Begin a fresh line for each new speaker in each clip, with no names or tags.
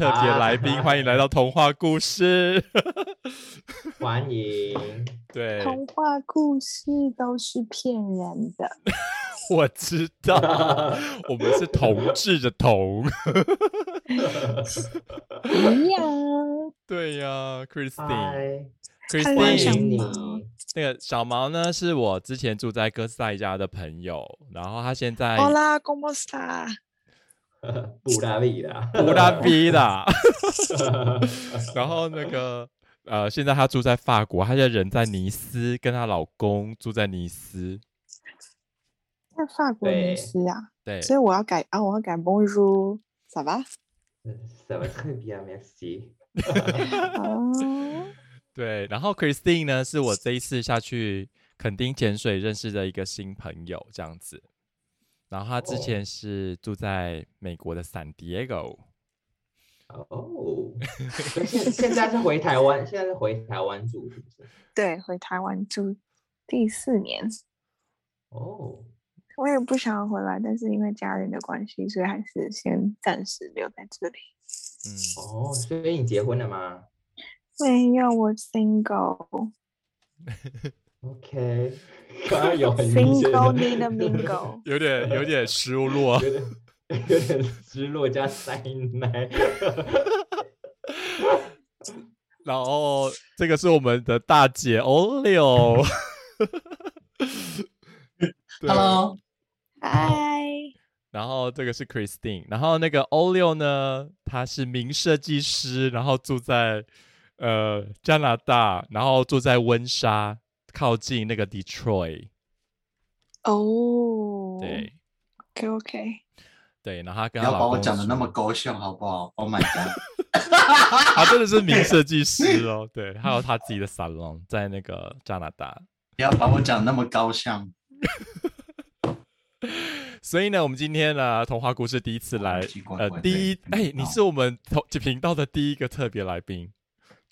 哦欢迎来到童话故事。
欢迎，
对，
童话故事都是骗人的，
我知道， 我们是同志的 同。
一样。
对呀、c h r i s t i n e
嗨，
c h r i
欢
欢
s t i n e
迎你
小毛
那个小毛呢，是我之前住在哥斯达黎加的朋友，然后他现
哎
在
Hola, ¿cómo está？
布拉利啦，
乌拉比 啦，然后那个呃，现在她住在法国，她现在人在尼斯，跟她老公住在尼斯。
在法国
对
名词啊，
对，
所以我要改啊，我要改 Bonjour，咋吧？
Ça va très bien, merci
哦，
对，然后 Christine 呢，是我这一次下去垦丁潜水认识的一个新朋友，这样子。然后她之
哦
前是住在美国的 San Diego，
哦，所以现现在是回台湾，现在是回台湾住是不是？
对，回台湾住第四年，
哦，
我也不想要回来，但是因为家人的关系，所以还是先暂时留在这里。
嗯，
哦，所以你结婚了吗
没有，我 single，single
？OK，刚刚有 很明显
need a
的，
mingle，
有点有点失落
有点有点失落加塞奶，
然后这个是我们的大姐 Olio。对
Hello，
嗨，
然后这个是 Christine，然后那个 Olio 呢，他是名设计师，然后住在呃加拿大，然后住在温莎，靠近那个 Detroit。
哦，
对、
，OK OK，
对，然后他
不
跟他
要
老
把我
公
讲的那
住
么高尚，好不好？Oh my god！
他真的是 名设计师哦，对，还有他自己的 salon 在那个加拿大。
不要把我讲得那么高尚。
所以呢，我们今天呢，童话故事第一次来
哦奇，怪
呃，
怪
第一，
对
哎，你是我们同频道的第一个特别来宾，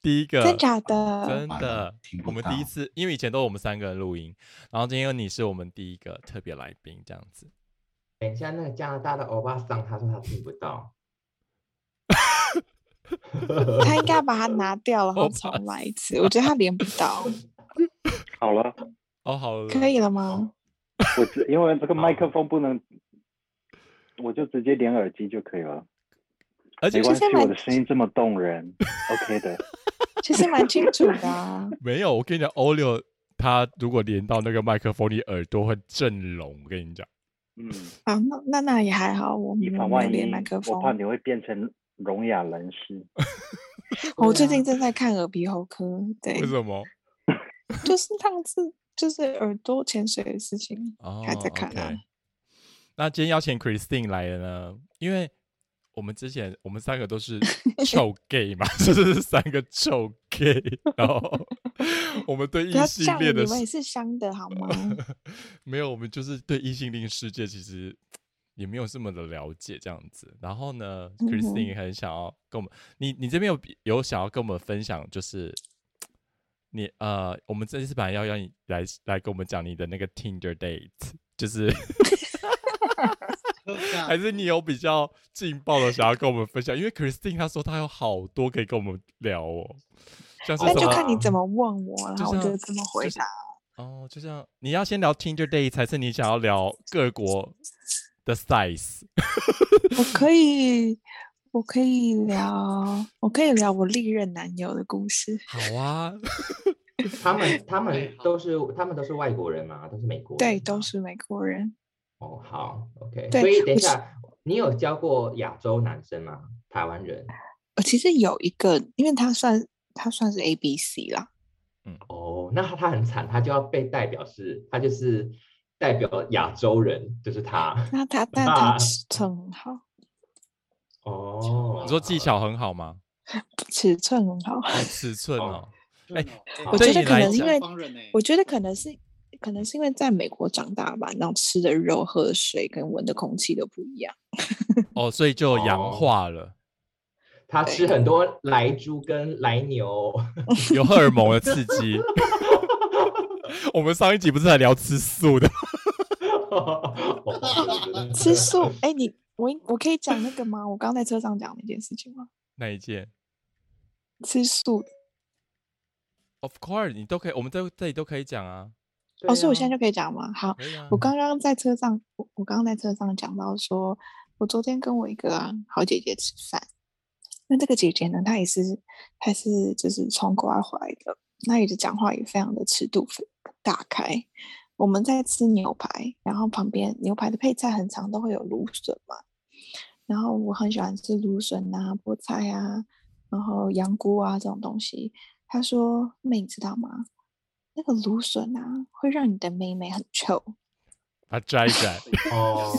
第一个，
真假的
真
完
的
了听，不
我们第一
到
次，因为以前都是我们三个人录音，然后今天你是我们第一个特别来宾，这样子。
等一下，那个加拿大的欧巴桑，他说他听不到。
他应该把它拿掉，然
我
后
怕
重来 一次。我觉得他连不到，
好了，
哦，好了，
可以了吗？
我知因为这个麦克风不能，我就直接连耳机就可以了。
而且。
没关系，
就是买
我的声音这么动人，OK 的。
其实蛮清楚的、啊
没有，我跟你讲，欧六他如果连到那个麦克风，你耳朵会震聋，我跟你讲。
嗯，
啊，那那那也还好，我
以
们
防
没有
万
连
一
麦克，风
我。怕你会变成聋哑人士。
哦我
对
最
啊
近正在看耳鼻喉科，对
为，什么？
就是上次就是耳朵潜水的事情。
哦，
还在看啊
OK 那今天邀请 Christine 来了呢，因为我们之前我们三个都 是臭 gay 嘛， 就是三个臭 gay，然后 我们对异
不要这
性
样，
恋的
你们也
世
是香的好 吗？
没有，我们就是对异性恋世界其实也没有这么的了解这样子。然后呢
嗯哼
，Christine 也很想要跟我们，你你这边有有想要跟我们分享，就是你呃，我们这次本来要让你来来跟我们讲你的那个 Tinder date，就是
啊
啊
哎
还是你有比较劲爆的想要跟我们分享？因为 Christine 她说她有好多可以跟我们聊哦，像是
那
什
就
么
看你怎么问我，然
就
后我就
像
怎么回
就是啊
答。
哦，就像你要先聊 Tinder date，还是你想要聊各国的 size？
我可以，我可以聊，我可以聊我历任男友的故事。
好啊，
他们他们都是他们都是外国人嘛，都是美国人
对，都
嘛
是美国人。
哦，好，OK。
对
所以等一
我是
下，你有教过亚洲男生吗？台湾人？
我呃其实有一个，因为他算他算是 A B C 啦，
哦，那他他很惨，他就要被代表是，他就是代表亚洲人，就是 他。
那他但
啊
他尺寸很好，
哦，
你说技巧很好吗？
尺寸很好。
尺寸哦，哎
哦
我
对
觉得
你
可
来
能因
讲
为
欸
我觉得可能是可能是因为在美国长大吧，然后吃的肉、喝的水跟闻的空气都不一样。
哦，所以就洋化了，
他吃很多莱猪跟莱牛，
有荷尔蒙的刺激。 我们上一集不是在聊吃素的？
哦嗯
吃素，哎，你我应我可以讲那个吗？我刚在车上讲那件事情吗？
那一件？
吃素的
Of course，你都可以，我们在这里都可以讲啊，
哦，所以我现在就可以讲吗？好，
可以啊
我。刚刚在车上，我我刚刚在车上讲到说，我昨天跟我一个啊好姐姐吃饭，那这个姐姐呢，她也是，她是就是从国外回来的，那也是讲话也非常的尺度非大开。我们在吃牛排，然后旁边牛排的配菜很常都会有芦笋嘛，然后我很喜欢吃芦笋啊、菠菜啊，然后羊菇啊这种东西。她说：“妹，你知道吗？那个芦笋啊，会让你的妹妹很臭。”
把它摘一摘，
哦，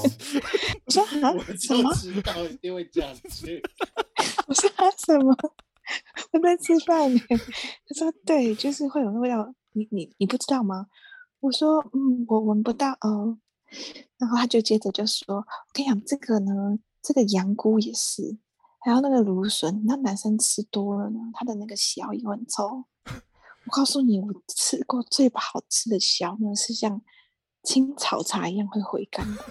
我 说啊
我
什么
就？知道一定会讲去。
我说啊什么？ 我在吃饭呢。 他说对，就是会有那味道，你你你不知道吗？我说嗯，我闻不到哦。然后他就接着就说，我跟你讲这个呢，这个羊菇也是，还有那个芦笋，那男生吃多了呢，他的那个小也很臭。我告诉你，我吃过最不好吃的小呢，是像青草茶一样会回甘的。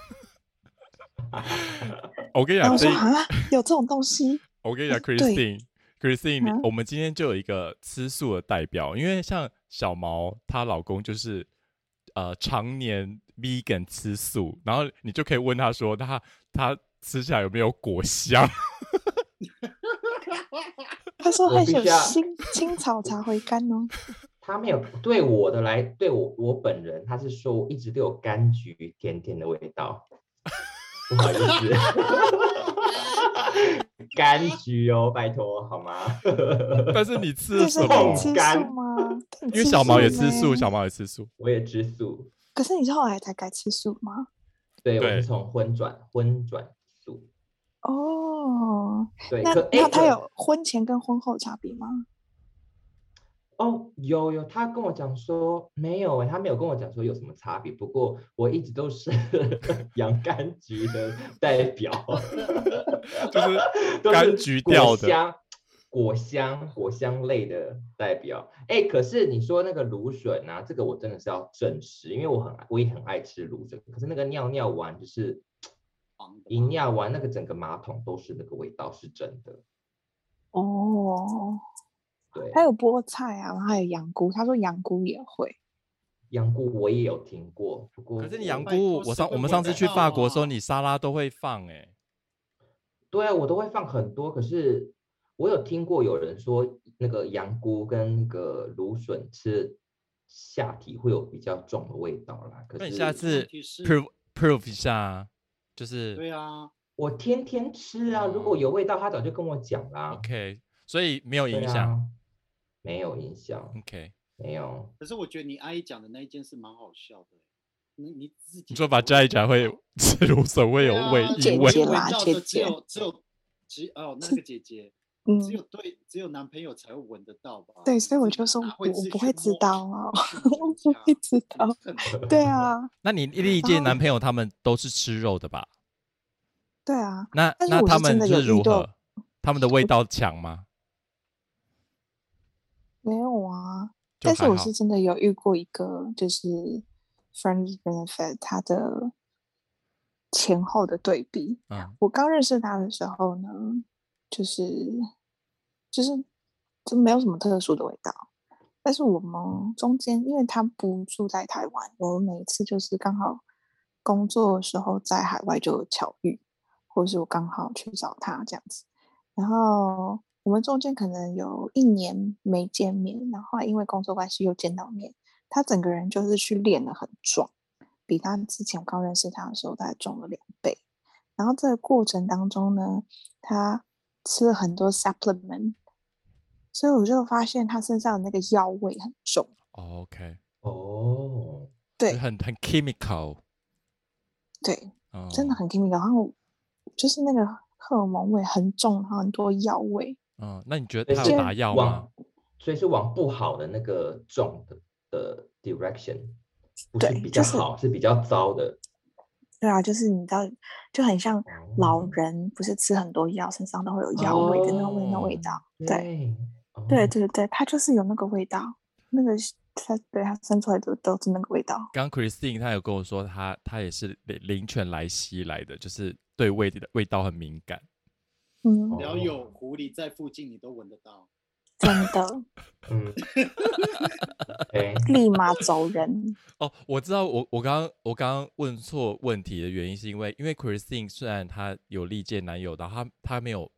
我跟你
然
讲，
后我
这
说
一
啊，有这种东西。
我跟你讲
对
，Christine，Christine，
啊
你我们今天就有一个吃素的代表，因为像小毛她老公就是呃常年 vegan 吃素，然后你就可以问他说他他吃起来有没有果香？
他说
我
还
比
有
较
青青草茶回甘 哦，
他没有对我的来，对我我本人，他是说我一直都有柑橘甜甜的味道，不好意思，柑橘哦，拜托好吗？
但是你吃
就
了
是
什
你
种
么？
吃
干
素吗？对你
因为
吃
小毛也吃
吗
素，小毛也吃素，
我也吃素，
可是你是后来才改吃素吗？
对我
对
是从荤转荤转素，
哦，
对，
那
可哎
那他
可
有婚前跟婚后差别吗？
哦，有有，他跟我讲说没有欸，他没有跟我讲说有什么差别。不过我一直都是 洋甘菊的代表，
就是
都
柑
是
橘
果
调的
香、果香、果香类的代表。哎，可是你说那个芦笋啊，这个我真的是要证实，因为我很爱我也很爱吃芦笋，可是那个尿尿完就是一尿完，那个整个马桶都是那个味道，是真的。
哦，
对，
还有菠菜啊，然后还有羊菇，他说羊菇也会，
羊菇我也有听过，不过
可是你
我
羊菇
拜托，
我
谁
上
会
我们
闻
上次
得
去
到
法国的时候，
啊
你沙拉都会放哎、
对啊，我都会放很多，可是我有听过有人说，那个羊菇跟那个芦笋吃下体会有比较重的味道啦。可
那
是
你下次
题是
prove prove 一下啊，就是
对啊，
我天天吃啊，如果
嗯
有味道，他早就跟我讲啦。
OK，所以没有
啊对
影响。嗯
啊，没有影响，
OK，
没有。
可是我觉得你阿姨讲的那一件事蛮好笑的。欸你你自己
你说把摘一摘会
啊
吃无所谓有味
姐
异味，
姐啦姐
只
姐
有只有只哦那个姐姐，
嗯，
只有对只有男朋友才会闻得到吧？
对，
你
所以我
自己
就说
哪
我
会
我
自己
不
去
会知
摸
道啊，
去摸
我
人
不
家
会知 道，
很
对啊，
那你历届
哦
男朋友他们都是吃肉的吧？
对啊，
那
但是
那
我
他
是真
们
的
是
有遇
如
到
何？他们的味道强吗？
没有啊，
就
但是
还
我
好
是真的有遇过一个，就是 friends benefit 它的前后的对比。
嗯，
我刚认识他的时候呢，就是就是就没有什么特殊的味道。但是我们中间，因为他不住在台湾，我们每一次就是刚好工作的时候在海外就有巧遇，或者是我刚好去找他这样子。然后我们中间可能有一年没见面，然后后来因为工作关系又见到面，他整个人就是去练得很壮，比他之前我刚认识他的时候大概重了两倍。然后这个过程当中呢，他吃了很多 supplement，所以我就发现他身上的那个药味很重。
哦 OK，
哦，
就
对
很很 chemical，
对，
哦
真的很 c h e 然后就是那个荷尔蒙味很重，然后很多药味。
嗯，那你觉
所
得
以
他
是
有打药吗
往？，所以是往不好的那个重的的 direction，不是
对
比较
就是
好，是比较糟的。
对啊，就是你知道，就很像老
哦
人，不是吃很多药，身上都会有药味的那种味那种味
哦
道。对，
对，哦
对对对，他就是有那个味道，那个是他对他生出来的都是那个味道。
刚 Christine 她有跟我说，她她也是灵灵犬莱西来的，就是对味的味道很敏感。
嗯
哦，
只要有狐狸在附近，你都闻得到。
真的
嗯，哎对，
立马走人。
哦，我知道我，我刚刚我刚刚问错问题的原因，是因为因为 Christine 虽然她有历届男友，然后她她没有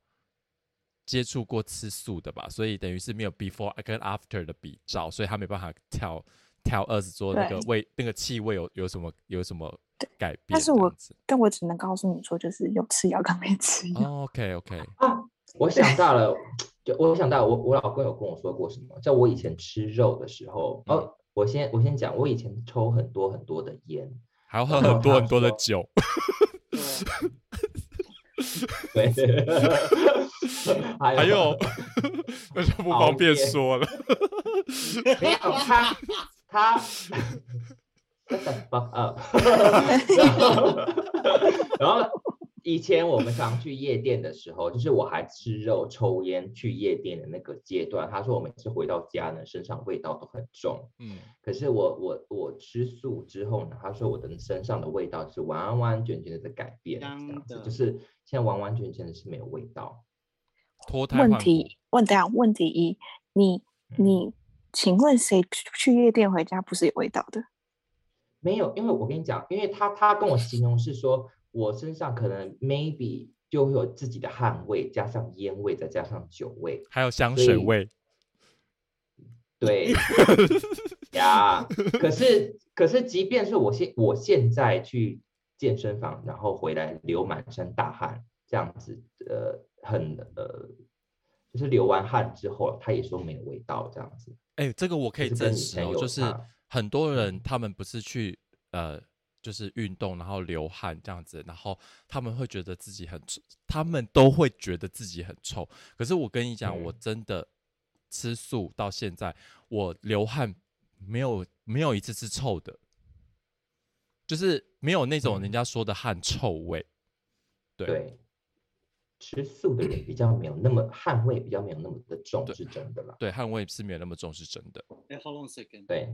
接触过吃素的吧，所以等于是没有 before 啊跟 after 的比照，所以她没办法 tell tell us 说那个味那个气味有有什么有什么改变。
但是
这
我
样子
但我只能告诉你说，就是有吃药跟没吃药。
哦，OK OK，
我想到了，就我想到我我老公有跟我说过什么，在我以前吃肉的时候，
嗯
哦，我先我先讲，我以前抽很多很多的烟，
还要喝
然后
很多
她
很多的
说
酒，
对啊
对，
还有 那就不
熬
方便
夜
说了。
没有
啊
他 他 shut the fuck up，然后以前我们常去夜店的时候，就是我还吃肉抽烟去夜店的那个阶段，他说我每次回到家呢，身上味道都很重。
嗯，
可是我我我吃素之后呢，他说我的身上的味道是完完全全的改变，这
香
样子
的
就是现在完完全全的是没有味道。
脱胎
问
换骨
题问等一下问题一，你
嗯
你，请问谁去去夜店回家不是有味道的？
没有，因为我跟你讲，因为他他跟我形容是说，我身上可能 maybe 就会有自己的汗味，加上烟味，再加上酒味，
还有香
所
水
以
味，
对 呀。可是可是，即便是我现我现在去健身房，然后回来流满身大汗，这样子，呃，很呃，就是流完汗之后，他也说没有味道，这样子。
哎、这个我可以
就是跟
证
以
实
前
哦，
有
就是
差
很多
嗯
人他们不是去呃，就是运动然后流汗这样子，然后他们会觉得自己很臭，他们都会觉得自己很臭。可是我跟你讲，
嗯
我真的吃素到现在，我流汗没有没有一次是臭的，就是没有那种
嗯
人家说的汗臭味。对
对，吃素的人比较没有那么汗味，比较没有那么的重，
对
是真的啦。
对，汗味是没有那么重，是真的。
哎，Hold on a second。
对，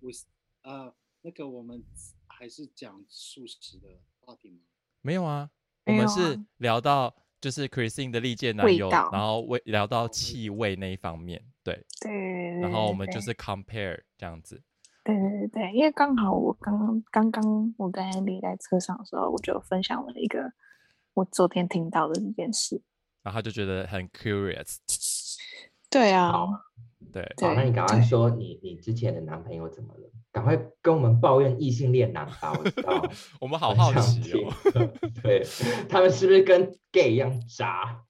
我是呃，那个我们还是讲素食的话题吗？
没有啊，我
没
们
有
是
啊
聊到就是 Christine 的历届男
味
友，
道
然后味聊到
味
气味那一方面，对，
对对，
然后我
对
们
对
就是 compare 这样子，
对对对对，因为刚好我刚刚刚刚我跟安迪在车上的时候，我就分享了一个我昨天听到的一件事。
然后他就觉得很 curious，
对啊，
好
对，
好，那
对
你赶快
对
说你你之前的男朋友怎么了？赶快跟我们抱怨异性恋男吧，我知道，
我们 好
很
好
想
奇
听
哦，。
对，他们是不是跟 gay 一样渣？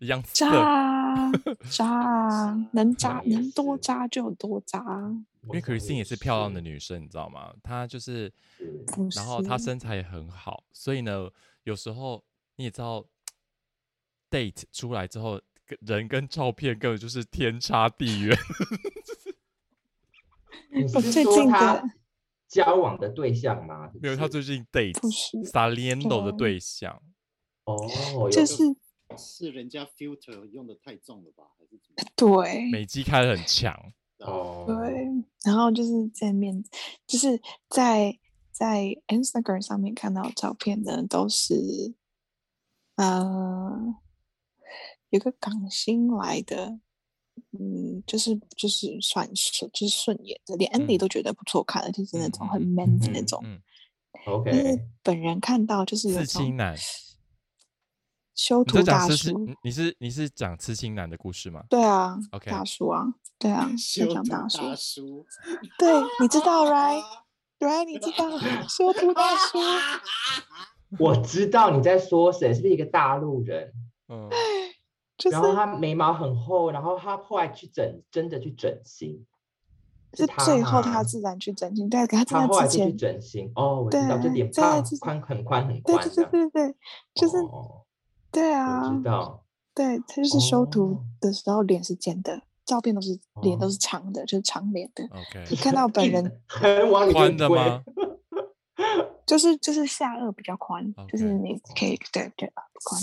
一 样色
渣 啊渣啊，能渣
哎
也
能多
是
渣就有多渣啊，
因
因为 Christine 也是漂亮的女生，你知道吗？她就是
是
不
然后她
是
身材也很好，所以呢，有时候你也知道，date 出来之后，跟人跟照片根本就是天差地远。
你
我
是
哦最
说
近
她
的
交往的对象吗？
没有，她最近 date
不是
Saliendo 的
对啊
对象，
哦，有
就
有
是
是人家 filter 用的太重了吧，还是怎么样？
对
美肌开的很强，
哦，
对，然后就是见面，就是在在 Instagram 上面看到的照片呢，都是，呃，有个港星来的，嗯，就是就是算顺就是顺眼的，连
嗯
Andy 都觉得不错看的，就是那种很
嗯
man 的那
嗯
种。
嗯
但是
，OK，
本人看到就是有
刺青
种
男。你
修
在
图
讲
啊大
刺青，
叔，
你你是你是讲刺青男的故事吗？
对啊
OK
大叔啊，对啊，在
修
讲
图
大
大
叔，
叔，啊
对，你知道 right？right，你知道 修图大 叔。
啊
我知道你在说谁，是不是一个大陆人？
嗯，
就是
然后他眉毛很厚，然后他后来去整，真的去整形，
是
他
最后
吗
他自然去整形，对，给他在
他后来
之
就去
前，
整形。哦，我知道，就
对
脸
在他
胖
之
宽很宽很
对
宽
对
这
对
样。
对对，就是
哦
对
我
啊，
知道。
对他就是修图
哦
的时候脸是尖的，照片都是脸
哦
都是长的，就是长脸的。
OK，
你看到本人
很往里
宽
面
的
推
吗？
就是就是下颚比较宽，就是
？OK
你可以对对宽，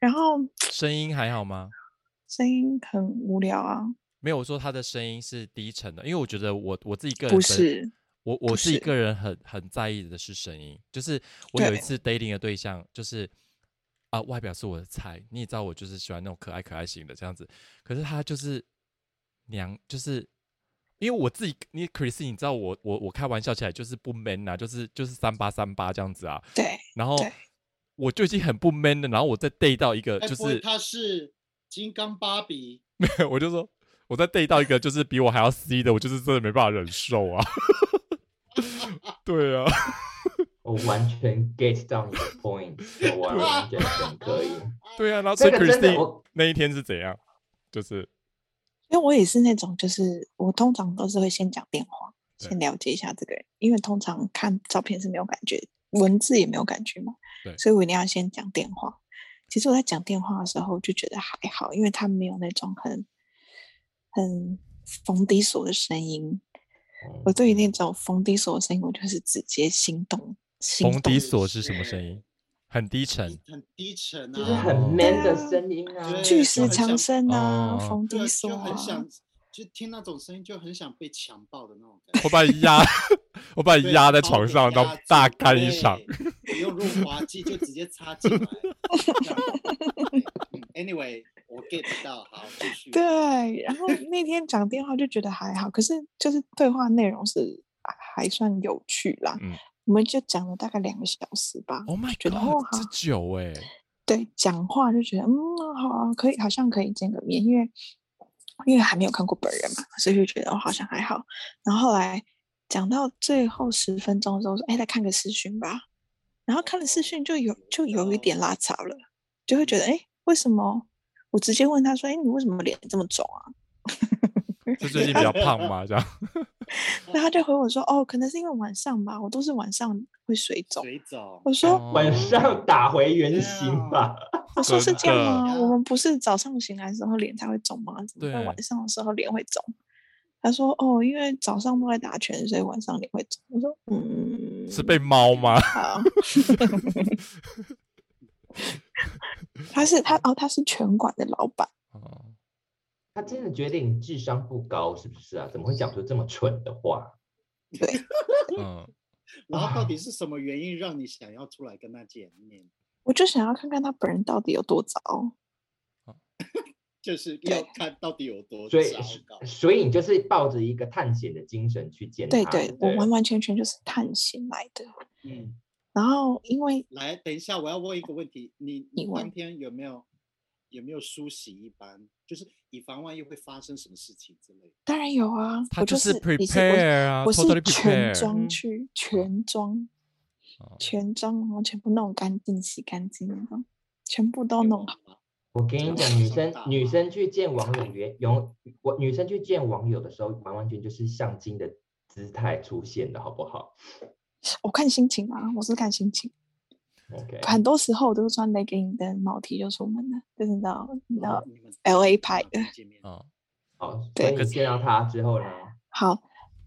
然后
声音还好吗？
声音很无聊啊，
没有，我说他的声音是低沉的，因为我觉得我我自己个人
不
本
是，
我我
不
自己
是
个人很很在意的是声音，就是我有一
对
次 dating 的对象，就是啊、外表是我的菜，你也知道我就是喜欢那种可爱可爱型的这样子，可是他就是娘，就是因为我自己，你 Chris，你知道我我我开玩笑起来就是不 man 啊，就是就是三八三八这样子啊，
对，
然后
对哎
我就已经很不 man 了，然后我再 date 到一个
该
就
不会
是，
他是金刚芭比？
我就说我再 date 到一个就是比我还要 C 的，我就是真的没办法忍受啊， 对啊，
我完全 get 到你的 point，我完全可以。
对啊，然后所
这
以
个真的
Christine
我
那一天是怎样？就是
因为我也是那种，就是我通常都是会先讲电话，
对
先了解一下这个人，因为通常看照片是没有感觉，文字也没有感觉嘛，
对
所以我一定要先讲电话。其实我在讲电话的时候就觉得还好，因为他没有那种很很逢低锁的声音。我
哦
对于那种逢低锁的声音，我就是直接心动，心
冯
动
迪索是什么声音？很低沉，
很低沉
就是
啊，
很 man 的声音啊，
对
巨
就
石
很
强
像
森啊，
哦
逢
对
低
啊，
锁
就
啊
很，想，就听那种声音就很想被强暴的那种感觉。
我把你压， 我把你
对
压在
把
床
我
上，然
压
后
住
大干一场。，
对用润滑剂就直接插进来。 这样对嗯 Anyway，我 get 不到，好，继续。
对，然后那天讲电话就觉得还好，可是就是对话内容是啊还算有趣啦。
嗯
我们就讲了大概两个小时吧。
Oh my
觉得哦
god，这
好
酒哎、
对，讲话就觉得嗯，好啊，可以，好像可以见个面，因为因为还没有看过本人嘛，所以就觉得哦，好像还好。然后后来讲到最后十分钟的时候说，哎，再看个视讯吧。然后看了视讯就有就有一点拉槽了，就会觉得哎，为什么？我直接问他说，哎，你为什么脸这么肿啊？
是最近比较胖吗？这样
那他
嗯
就回我说：“哦，可能是因为晚上吧，我都是晚上会水肿。
水肿”，
我
哦
说：“
晚上打回原
啊
形吧。
我说是这样吗？
真的
我们不是早上醒来的时候脸才会肿吗？怎么
嗯对
会晚上的时候脸会肿？”他说：“哦，因为早上都在打拳，所以晚上脸会肿。”我说：“嗯，
是被猫吗？
好。”他是他哦，他是拳馆的老板，
哦
他真的觉得你智商不高是不是啊？怎么会讲出这么蠢的话？
对
嗯，
然后
啊
到底是什么原因让你想要出来跟他见面？
我就想要看看他本人到底有多糟。
就是要
对
看到底有多糟
所以
糕。
所以你就是抱着一个探险的精神去见他。
对
对
对
不，
我
对
完完全全就是探险来的。
嗯，
然后因为
来，等一下，我要问一个问题，你
你
你当
问
天有没有有没有梳洗一般？就是以防万一会发生什么事情之类的。
当然有啊，
他
我
就是是
你是我是
prepare 啊
我是
，totally
全
prepare
妆
嗯
去，全妆，
哦
全妆，然后全部弄干净，洗干净，然后全部都
有
弄好。
吗
我跟你
我
讲，
是
女
想
生
打
女
嘛
生去见网友原有我女生去见网友的时候，完完全就是相亲的姿态出现的，好不好
我看心情啊，我是看心情。
？OK，
很多时候我都是穿雷给你的毛 T 就出门了，就是你知道，你知道
哦你们
LA
哪
拍嗯的
天见面
哦，
好，所
对
以你见到他之后呢，
好，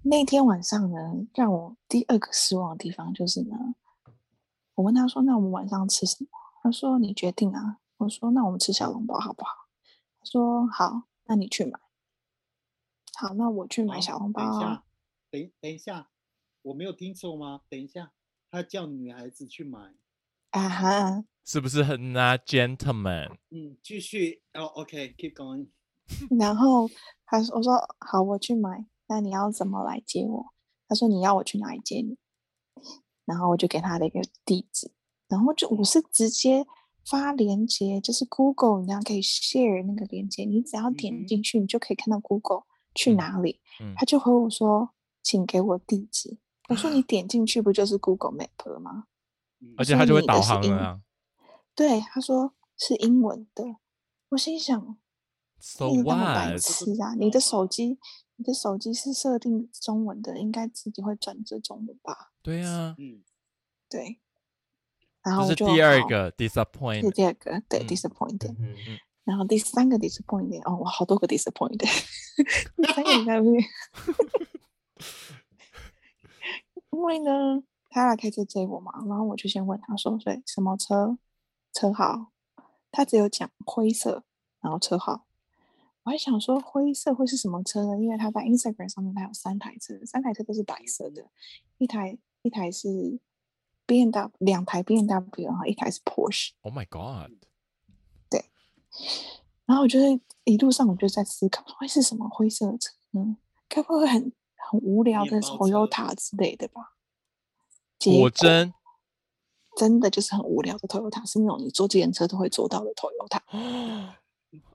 那天晚上呢，让我第二个失望的地方就是呢，我问他说：“那我们晚上吃什么？”他说：“你决定啊。”我说：“那我们吃小笼包好不好？”他说：“好，那你去买。”好，那我去买
好
小笼包
哦等一
啊
下。，等等一下，我没有听错吗？等一下，他叫女孩子去买。
啊哈，
是不是很啊，gentleman？
嗯，继续哦，OK，keep going。
然后他说：“我说好，我去买。那你要怎么来接我？”他说：“你要我去哪里接你？”然后我就给他了一个地址，然后就我是直接发链接，就是 Google，你知道可以 share 那个链接，你只要
嗯
点
哼
进去，你就可以看到 Google 去
嗯
哪里。
嗯
他就回我说：“请给我地址。”我说：“你
啊
点进去不就是 Google Map 了吗
嗯
而且他就会
你的
导
是
航
英
了啊。？”
对，他说是英文的。我心想，
So
你有那么白
what？
痴啊！你的手机，你的手机是设定中文的，应该自己会转至中文吧？
对啊，
嗯，
对。然后
这
我
是
就
第二
好，
个
是
disappoint。
第二个，对
嗯
，disappointed。
嗯，
然后第三个 disappointed，哦，我好多个 disappointed。第三个 disappointed，因为呢，他来开车追我嘛，然后我就先问他说，对，什么车，车号？他只有讲灰色，然后车号。我还想说灰色会是什么车呢？因为他在 Instagram 上面他有三台车，三台车都是白色的，一台一台是 B N W，两台 B N W，然后一台是 Porsche。
Oh my god！
然后我就会一路上我就在思考，会是什么灰色的车呢？该不会很很无聊
面
的
包车
Toyota 之类的吧？结
果
果
真
真的就是很无聊的 Toyota，是那种你坐计程车都会坐到的 Toyota，
哦，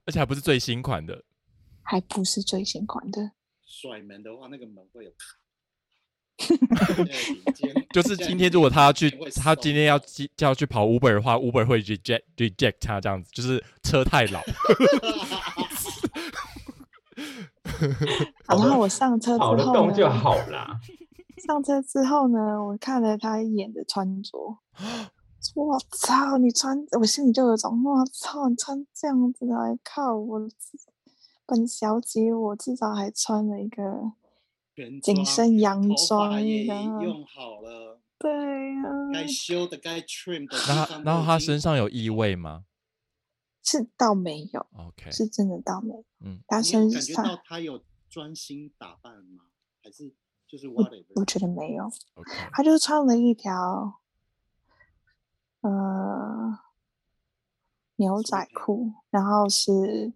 而且还不是最新款的，
还不是最新款的。
甩门的话，那个门会有 卡。现在顶尖
就是
现在
今天如果他要去
顶 尖会，哦
他今天要
送
去要去跑 Uber 的话，Uber 会 reject reject 他这样子，就是车太 老。
好
好
然
的
后我上车
跑
之
得
后
动
呢，
就好啦。
上车之后呢，我看了他一眼的穿着，我操，你穿，我心里就有种，我操，你穿这样子来靠我自，本小姐，我至少还穿了一个
全
紧
妆
身洋
啊头
装啊
发也已
然后
用好了，
对啊，
该修的、该 trim 的地
然
方都已
后
经，
然后他身上有异味吗
是倒没有，
？OK，
是真的倒没有。
嗯，
他
你有
身
感觉
上
到他有专心打扮吗？还是就是 whatever？
我觉得没有，
OK，
他就是穿了一条，呃，牛
什么
仔
条
裤，然后是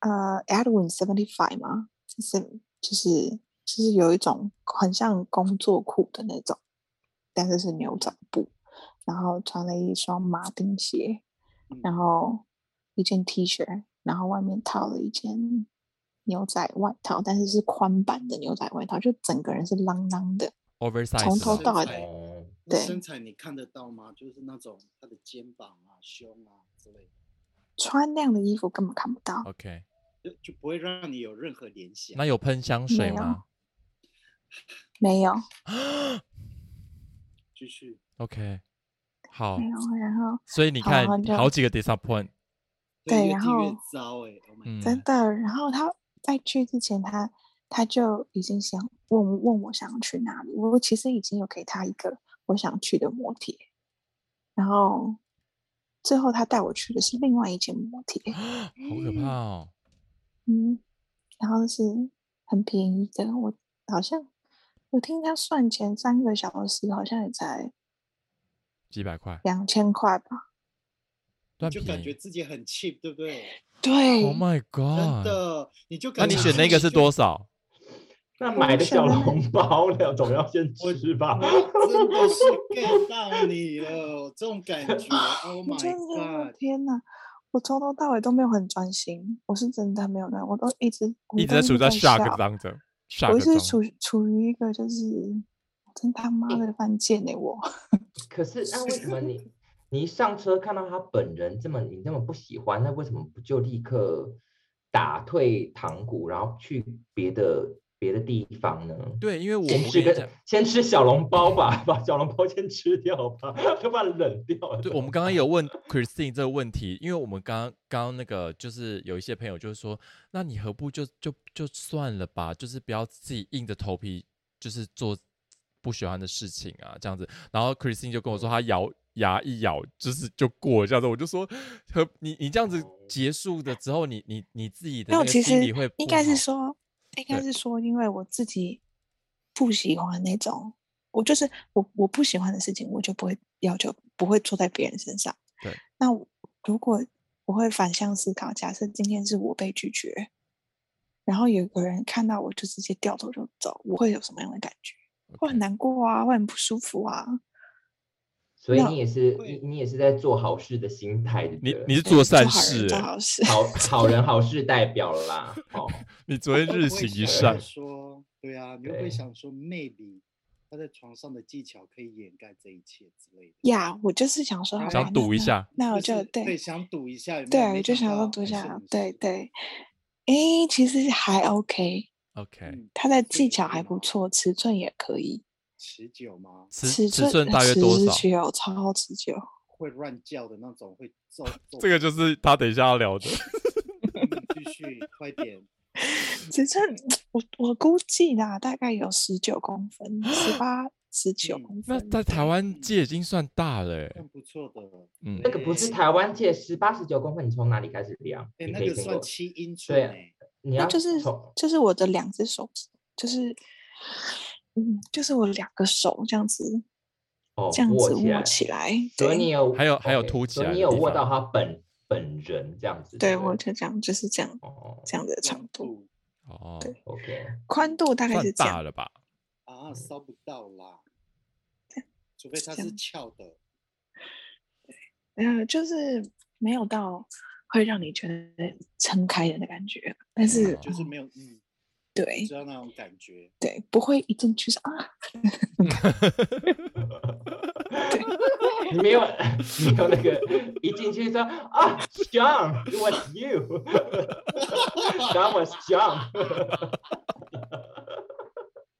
呃 Edwin Seventy Five 嘛，就是就是就是有一种很像工作裤的那种，但是是牛仔布，然后穿了一双马丁鞋，然
嗯
后一件 T 恤，然后外面套了一件牛仔外套，但是是宽版的牛仔外套，就整个人是啷啷的。
oversize
从
啊的
头
吗
到
对
尾，
哦，
那
对
身材你看得到吗？就是那种他的肩膀啊、胸啊之类的，
穿那样的衣服根本看不到。
OK，
就就不会让你有任何联想
那。有喷香水吗
没有，
哦
继续，
？OK，好
没，有。然后
所以你
好
看
然后
好几个 disappoint，
对
越
然
听越
后
糟哎、o h my
嗯
god！
真的，然后他在去之前他，他就已经想问问我想要去哪里。我其实已经有给他一个我想去的摩铁，然后最后他带我去的是另外一间 摩铁，
好可怕哦。
嗯，然后是很便宜的。我好像我听他算前三个小时好像也才
几百块，
两千块吧。
断
就感
便
觉
宜。
自己很 cheap，对不对？
对
Oh my
真
god！
的，你就
哦那
感
你
觉
选那个是多少？
那买的小
想到
笼包了，总要先
我
吃吧。
我 真的是 get 到你了，这种感觉，Oh
我真的觉得
my god！
哦天哪！我从头到尾都没有很专心，我是真的没有的，我都一直我
一直在
都
处在
笑
shock 当中
我一
，shock
直
中。
处处于一个就是真他妈的犯贱呢、我
可是那为什么你你一上车看到他本人这么你这么不喜欢，那为什么不就立刻打退堂鼓，然后去别的别的地方呢？
对，因为我
先
我
吃
跟你
个
讲，
先吃小笼包吧，把小笼包先吃掉吧，要不然冷掉了。
对我们刚刚有问 Christine 这个问题，因为我们刚刚刚那个就是有一些朋友就是说，那你何不就就就算了吧，就是不要自己硬着头皮就是做不喜欢的事情啊，这样子。然后 Christine 就跟我说，她咬牙一咬，就是就过这样子。我就说，和你你这样子结束的之后，你你你自己的
没
那
有，
个
其
心
实
理会不
应该
好
是说，应该
对
是说，因为我自己不喜欢那种，我就是我我不喜欢的事情，我就不会要求，不会做在别人身上。
对，
那我如果我会反向思考，假设今天是我被拒绝，然后有个人看到我就直接掉头就走，我会有什么样的感觉？会
OK
很难过啊，会很不舒服啊。
所以
那
你也是你
会
你也是在做好事的心态就
你
对了，
你是
对
做
做
善
好人
事
做
欸、
好 事，
好好人好事代表了啦。好、
你昨天 日
我也
行一
想
善
要，说，对啊，你会不
对
会想说，maybe 他在床上的技巧可以掩盖这一切之类的？
呀我就是想说，好吧
想
那
赌一
啊那
下
那我
就
就是对
对，想赌一下有没有，
对，
没
就想说
到
读一
还是
下
很，
对
顺
对，诶，其实还 OK，
，OK，
嗯
他的
持
技
久
巧还
吗
不错，尺寸也可以，
持久吗？
尺尺
寸
寸
呃
大约
持
多少？
久，超持久，
会乱叫的那种，会揍揍。
这个就是他等一下要聊的。
嗯继续，快 点。
尺寸我我估计啦，大概有十九公分，十八十九
嗯
公分
那，在台湾界已经算大了、欸
算，不错的，
嗯
那个不是
对
台湾界十八十九公分，你从哪里开始量？
哎、
你
那
可以
个
跟
算
我，
七英寸
对
哎、
啊你
那
要
就是
从
就是我的两只手指，就是嗯，就是我两个手这样子
哦
这样子
握起
握
来，
起来，
所以
对
你有
还有还有凸
OK，
起
所以
来
你
的
有
地
握
方
到它本本人这样子。
对，
不
我就这样，就是这样
哦
这样的长
亮
度，
度
哦，
对
，OK，
宽度大概
算
是这
大
样。
了吧？
啊，烧不到啦，除非它
啊这
是
样
翘的。
呃，就是没有到会让你觉得撑开的那感觉，但是哦
就是没有，嗯，
对
知道那种感觉。
对，不会一进去是
哦
啊，
你 没有没有那个一进去说啊，John，what you？That was John 。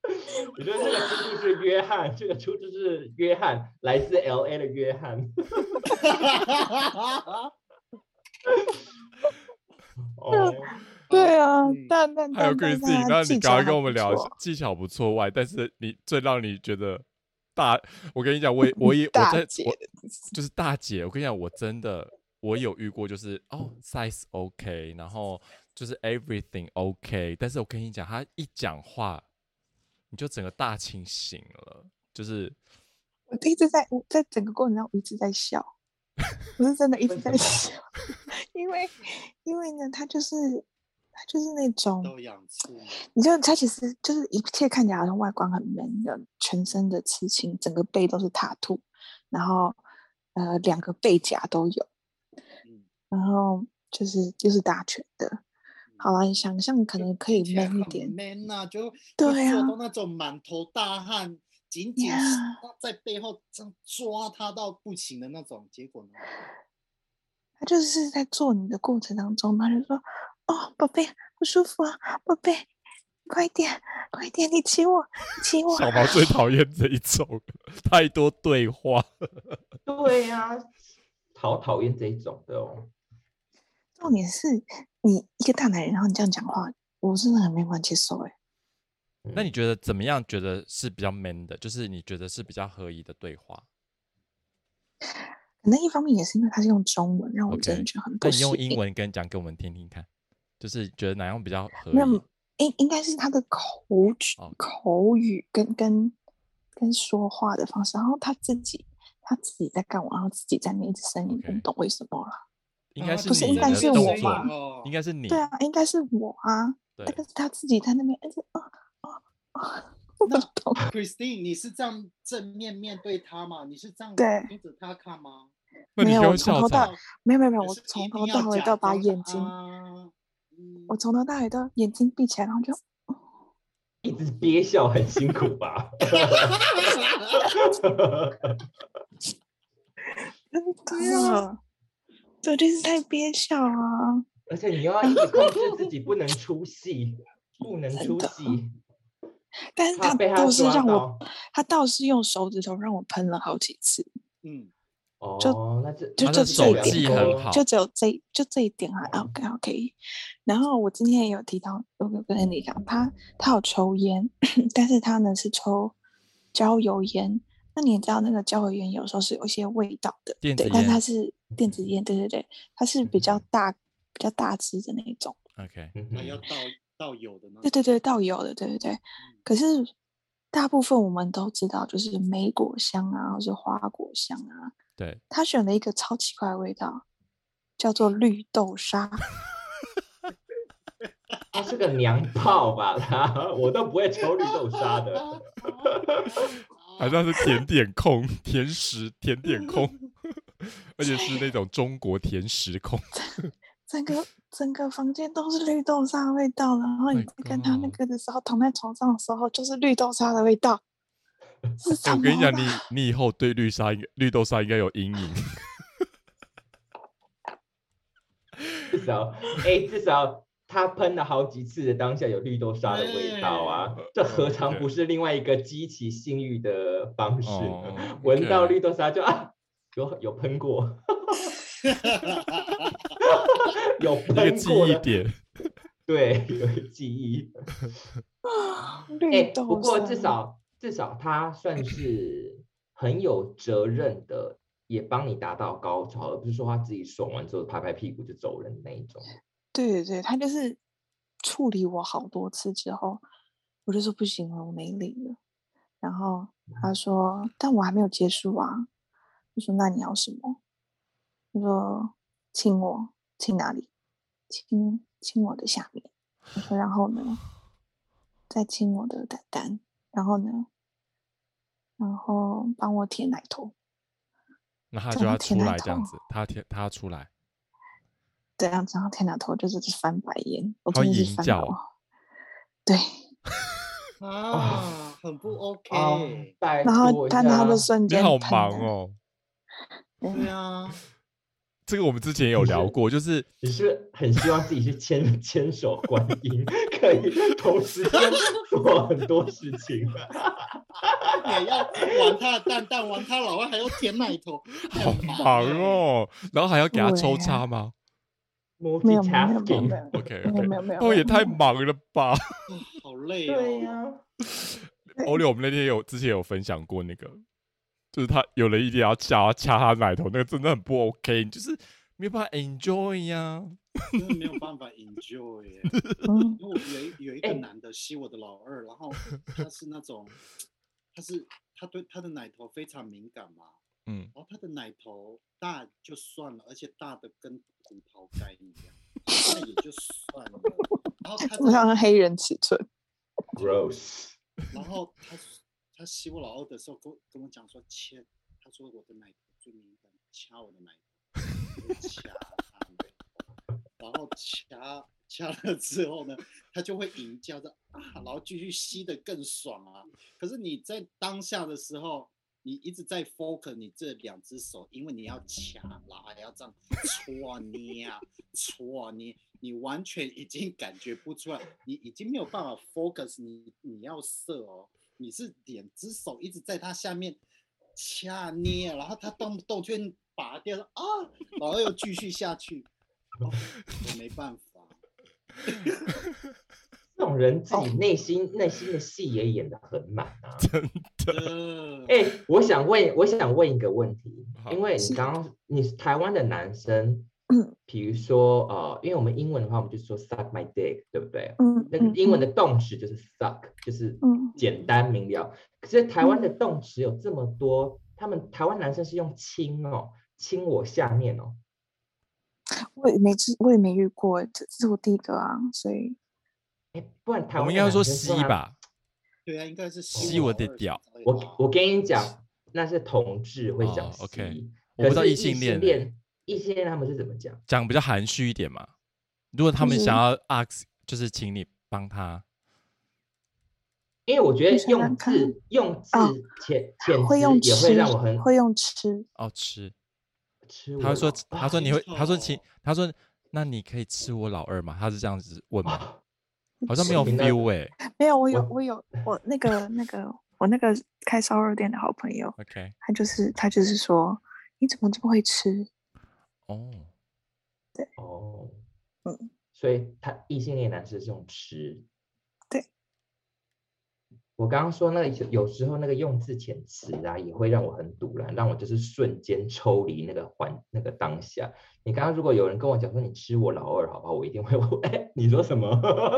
我觉得这个出处是约翰，这个出处是约翰，来自 L A 的约翰。 哦，
对啊
嗯，
但但
还有
但但
Christine，
他
那
技
你
巧
赶快
还
跟我
不
们聊一
错
下，技巧不错外，但是你最让你觉得大，我跟你讲，我 也我也我
大
在
姐
我
的意思
就是大姐，我跟你讲，我真的我有遇过，就是哦 size OK，然后就是 everything OK，但是我跟你讲，她一讲话，你就整个大清醒了，就是
我一直在，我在整个过程中我一直在笑，我是真的一直
为
在
什么
笑，因为因为呢，他就是他就是那种，
都养出来，
你就他其实就是一切看起来好像外观很 man 的，全身的刺青，整个背都是塔兔，然后呃两个背夹都有，
嗯，
然后就是就是打拳的。好啦，你想象可能可以
听起来
man 一
很
点，
，man 呐、就会
对
做
啊
到那种满头大汗，紧紧
Yeah
在背后这样抓他到不行的那种，结果呢？
他就是在做你的过程当中嘛，他就说：“哦，宝贝，不舒服啊，宝贝，快点，快点，你亲我，你亲我。
小毛最讨厌这一种太多对话，
对呀、好讨厌这一种的哦。”
重点是你一个大男人，然后你这样讲话，我真的很没办法接受哎、
嗯
那你觉得怎么样？觉得是比较 man 的，就是你觉得是比较合宜的对话？
可能一方面也是因为他是用中文，让我真的
OK，
觉得很
那
不
你
适
用英
应。
文跟讲给我们听听看，就是觉得哪样比较合
没有
理？
应应该是他的口语、
哦
口语跟跟跟说话的方式，然后他自己他自己在干我，然后自己在那一直呻吟，我
OK
不懂为什么啦。
应该
啊
是
呃不是
你
应该
的
是
动
我
作
吧
哦
应该是你
对啊，应该是我啊。
对
但是他自己在那边，而且啊啊啊， 我不
那
懂。
Christine，你是这样正面面对他吗？你是这样
对
盯着他看吗？ 哦
那你
没有
给
我
我
从
笑
头到
场
尾，没有没有没有，
可
我
是一
从头
定要
到尾
假
都把
装
眼睛，
啊 嗯
我从头到尾都眼睛闭起来，然后就
一直憋笑很辛苦吧？
嗯，的，这就是太憋笑啊！
而且你又要一直控制自己，不能出戏，不能
真
出
的
戏，
但是
怕
他
被
倒是
抓
让我，
到。
他倒是用手指头让我喷了好几次，
嗯，
哦，那这
就
他
就
的
这
手
一点
技
够
很
了
好
就只有这一就这一点还 OK OK。然后我今天也有提到，我有跟你讲，他他有抽烟， 但是他呢是抽焦油烟。那你也知道，那个焦油烟有时候是有一些味道的，
电
对
子，
但
烟嗯
它是电子烟，对对对，它是比较
嗯
大、比较大支的那一种，
OK，
嗯
那要
哼，
到到有的呢
对？
嗯
对对，倒油的，对对对。可是大部分我们都知道，就是莓果香啊，或是花果香啊，
对，
他选了一个超奇怪的味道，叫做绿豆沙。
他是个娘炮吧？他我都不会抽绿豆沙 的。
好像是甜点控、甜食、甜点控， 而且是那种中国甜食控。
整个整个房间都是绿豆沙的味道，然后
My
你在跟他那
God
个的时候，躺在床上的时候，就是绿豆沙的味道。 是什
我跟你
么
讲，
啦
你你以后对绿沙应该、绿豆沙应该有阴影。
至少，哎，至少他喷了好几次的当下有绿豆沙的味道啊，这何尝不是另外一个激起性欲的方 式呢？
哦
闻到
OK
绿豆沙就啊，有有喷过，有
一个
喷
记
过
忆
的，
点，
对，有记忆。哎，
绿豆沙，
不过至少至少他算是很有责任的，也帮你达到高潮，而不是说他自己爽完之后拍拍屁股就走人的那一种。
对对对，他就是处理我好多次之后，我就说不行了，我没理了。然后他说，但我还没有结束啊。我说那你要什么？他说亲我，亲哪里？亲亲我的下面。我说然后呢？再亲我的蛋蛋，然后呢？然后帮我舔奶头，
那他
这
就
样
要
舔
出
奶
来这样
头
子，他舔他要出来，
这样子，然后舔奶头就是翻白眼，我
好
真的
淫
是翻
叫
到
哦
对，
啊，很不 OK。
啊，拜
哦然后
托一
但他
下
们瞬
你
间嗯
好
喷
忙
的，
哦。
对啊，
这个我们之前也有聊过，就是
你是不是很希望自己去牵 牵手观音，可以同时间做很多事情啊？
也要玩他的蛋蛋，玩他老外，还要舔奶头，
好
很
忙哦，然后还要给他抽插吗
没有没有没有没
Multitasking
有
？OK
啊没有
OK，
没有没有，
哦也太
没有
忙了吧！
欸，好累哦。
对呀、
欧柳，我们那天有之前有分享过那个，就是他有人一定要掐掐他奶头，那个真的很不 OK，你就是没有办法 enjoy 呀、
真的没有办法 enjoy 耶、
嗯
因为我有一有一个
哎
男的吸我的老二，然后他是那种，他是他对他的奶头非常敏感嘛，
嗯，
然后他的奶头大就算了，而且大的跟葡萄干一样，那也就算了。然后他
我
在
像黑人尺寸，
g r o s s
然后他他吸我老二的时候跟我跟我讲说切，他说我的奶头最敏感，掐我的奶头，我就掐他的奶头，然后掐掐了之后呢，他就会吟叫着啊，然后继续吸的更爽啊。可是你在当下的时候。你一直在 focus 你这两只手，因为你要掐，然后还要这样搓啊捏啊搓啊捏，你完全已经感觉不出来，你已经没有办法 focus 你你要射哦，你是两只手一直在他下面掐啊捏，然后他动不动就会拔掉了啊，然后又继续下去，哦我没办 法，
这种人自己
哦
内心、内心的戏也演得很满啊。
呃，
哎、我想问，我想问一个问题
好，
因为你
是
刚刚你是台湾的男生
嗯，
比如说呃，因为我们英文的话，我们就说 suck my dick，对不对？
嗯，
那个英文
的，
的动词就是 suck，就是
嗯
简单明了。可是台湾的动词有这么多，他们台湾男生是用亲哦，亲我下面哦，
我也没知，我也没遇过，这这是我第一个啊，所以
哎，不然台
我
湾
们应
的
该
男
说
生
吸
通常。
吧，
对啊，应该是
吸我的
老二
屌
之类的吧
我我跟你讲，那是同志会
哦
讲吸，
，OK 我不
可
知道
是
异
异
性恋
恋
欸
异性恋他们是怎么讲？
讲比较含蓄一点嘛。如果他们
就是
想要 ask，就是请你帮他，
因为我觉
我
得
想想
用
看
字用字
哦
遣遣
会用
词也会
吃
让我很，
会用吃，
哦吃。
吃
他
我
会说
脑，
他说
好
你会，他说
丑
请
哦，
他说那你可以吃我老二吗？他是这样子问吗？
啊
好像没 有
应该
feel 哎、
没有，我有
我
我有我那个那个我那个开烧肉店的好朋友，
OK，
他就是他就是说你怎么这么会吃？
哦，
哦，
嗯
所以他异性恋男生是用吃，
对。
我刚刚说那个有时候那个用字遣词啊，也会让我很堵然，让我就是瞬间抽离那个环那个当下。你刚刚如果有人跟我讲说你吃我老二好不好，我一定会 哎，你说什么？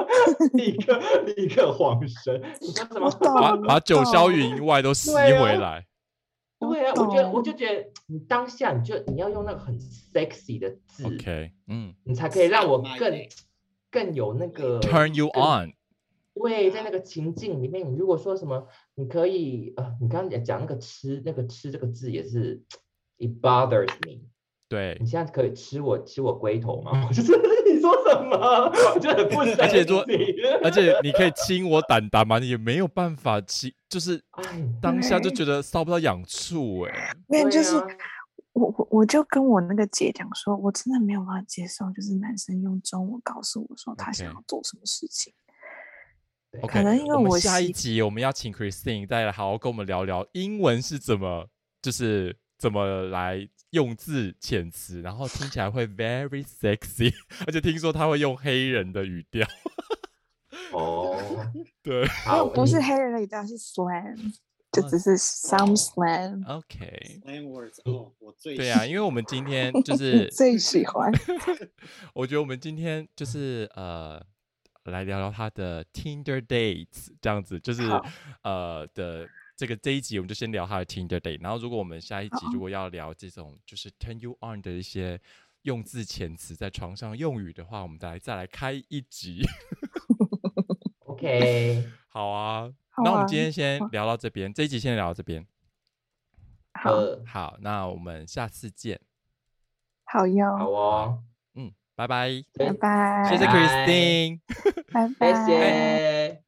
立刻立刻 晃神，你说什么
我？懂
把
我
把九霄
懂
云外都吸
对啊
回来，
我
对啊，我觉得我
哦懂
就觉得你当下你就你要用那个很 sexy 的字
OK，嗯
你才可以让我
My
更
dick
更有那个
，Turn you
更
on，
对，在那个情境里面，你如果说什么，你可以呃，你刚刚讲讲那个吃那个吃这个字也是，it bothers me。
对
你，现在可以吃我吃我龟头吗？我 就是你说什么，我觉得很不
而且说
sexy
而且你可以亲我胆胆嘛，你也没有办法亲，就是
哎，
当下就
对
觉得搔不到痒处哎、
没有，
对
就是
啊
我我我就跟我那个姐讲说，我真的没有办法接受，就是男生用中文告诉我说他想
OK
要做什么事情。
对
OK，
可能因为
我们
我
下一
习
集我们要请 Christine 再来好好跟我们聊聊英文是怎么，就是怎么来用字遣词，然后听起来会 very sexy，而 且听说他会用黑人的语 调，
哦，
对
没
好，嗯
有，不是
你
黑人的语调，是 slang，就
哦
只是 some slang。
，OK，
slang words 哦，我最
对
喜
啊，因为我们今天就
你
是
最喜欢
我觉得我们今天就是呃，来聊聊他的 Tinder dates 这样子，就是
好
呃的这个这一集我们就先聊他的 Tinder date，然后如果我们下一集
好
如果要聊这种就是 turn you on 的一些用字遣词在床上用语的话，我们来再来开一集。
OK，
好啊，
好
那我
啊
们今天先
好
聊到这边，这一集先聊到这边。
好
呃，
好，那我们下次见。
好
好
哟，
哦，
嗯，拜拜。
真
拜拜，
谢谢
拜
Christine。
拜
谢
拜。
谢。